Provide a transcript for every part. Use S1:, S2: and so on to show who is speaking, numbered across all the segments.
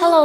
S1: Hello，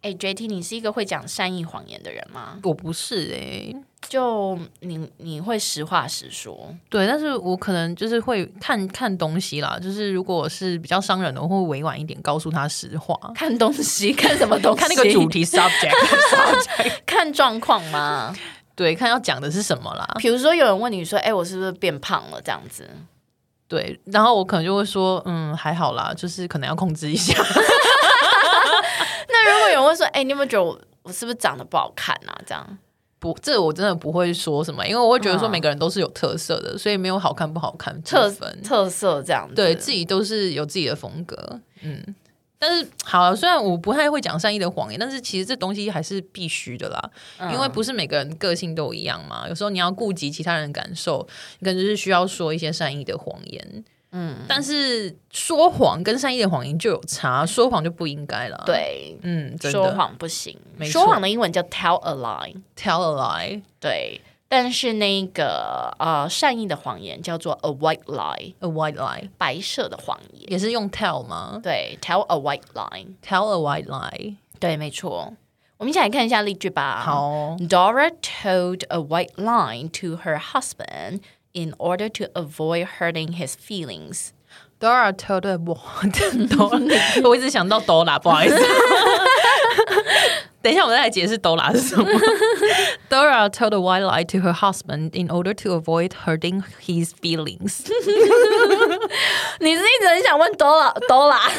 S1: 哎、j t 你是一个会讲善意谎言的人吗？
S2: 我不是哎、
S1: 就你你会实话实说，
S2: 对，但是我可能就是会看看东西啦，就是如果是比较伤人的，我会委婉一点告诉他实话。
S1: 看东西看什么东西，
S2: 看那个主，题 subject，
S1: 看状况吗？
S2: 对，看要讲的是什么啦。
S1: 比如说有人问你说：“哎、我是不是变胖了？”这样子，
S2: 对，然后我可能就会说，嗯，还好啦，就是可能要控制一下。
S1: 那如果有人问说：“哎、你有没有觉得我我是不是长得不好看啊？”这样，
S2: 不，这我真的不会说什么，因为我会觉得说
S1: 嗯
S2: 每个人都是有特色的，所以没有好看不好看之
S1: 特
S2: 分。
S1: 特色这样子，
S2: 对自己都是有自己的风格，嗯。但是好、啊，虽然我不太会讲善意的谎言，但是其实这东西还是必须的啦，
S1: 嗯
S2: 因为不是每个人个性都一样嘛。有时候你要顾及其他人的感受，你可能就是需要说一些善意的谎言。
S1: 嗯，
S2: 但是说谎跟善意的谎言就有差，说谎就不应该了。，
S1: 对，
S2: 嗯，真的
S1: 说谎不行，
S2: 没错
S1: 说谎的英文叫 tell a lie，
S2: tell a lie
S1: 对。但是那个呃，善意的谎言叫做 a white lie，
S2: a white lie
S1: 白色的谎言。
S2: 也是用 tell 吗
S1: 对，tell a white lie。
S2: ？tell a white lie
S1: 对，没错。我们一起来看一下例句吧。
S2: 好哦
S1: Dora told a white lie to her husband in order to avoid hurting his feelings.
S2: Dora told a what？我一直想到 Dora，不好 意思。等一下，我们再来解释 Dora 是什么。Dora told a white lie to her husband in order to avoid hurting his feelings。
S1: 你是一直很想问 Dora Dora？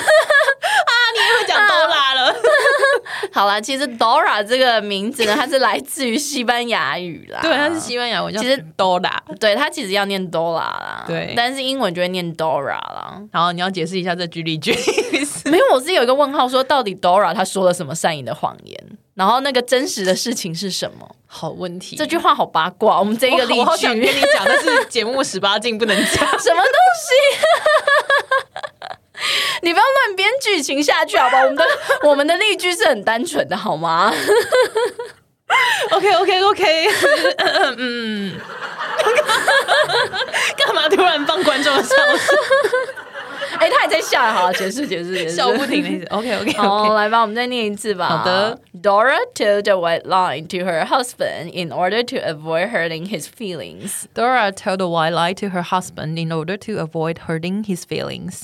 S2: 又讲 Dora 了，
S1: 好啦，其实 Dora 这个名字呢，它是来自于西班牙语啦。
S2: 对，他是西班牙文，
S1: 其
S2: 其
S1: 实
S2: 实 Dora。
S1: 对，它其实要念 Dora 啦。
S2: 对
S1: 但是英文就会念 Dora 啦。
S2: 然后你要解释一下这句例句。
S1: 没有，我是有一个问号，说到底 Dora 她说了什么善意的谎言？然后那个真实的事情是什么？
S2: 好问题，
S1: 这句话好八卦，我们这一
S2: 一
S1: 个例
S2: 我好
S1: 句
S2: 想跟你讲，但是节目十八禁不能 讲。
S1: 什么东西？ 你不要乱编剧情下去好吧？我们的我们的例句是很单纯的好吗？
S2: OK OK OK，嗯， 干嘛突然放观众的笑声？
S1: 哎、他还在笑，好，解释解释解释，
S2: 笑不停的意思。OK OK
S1: 好
S2: OK，
S1: 来吧，我们再念一次吧。
S2: 好的
S1: ，Dora told a white lie to her husband in order to avoid hurting his feelings.
S2: Dora told a white lie to her husband in order to avoid hurting his feelings.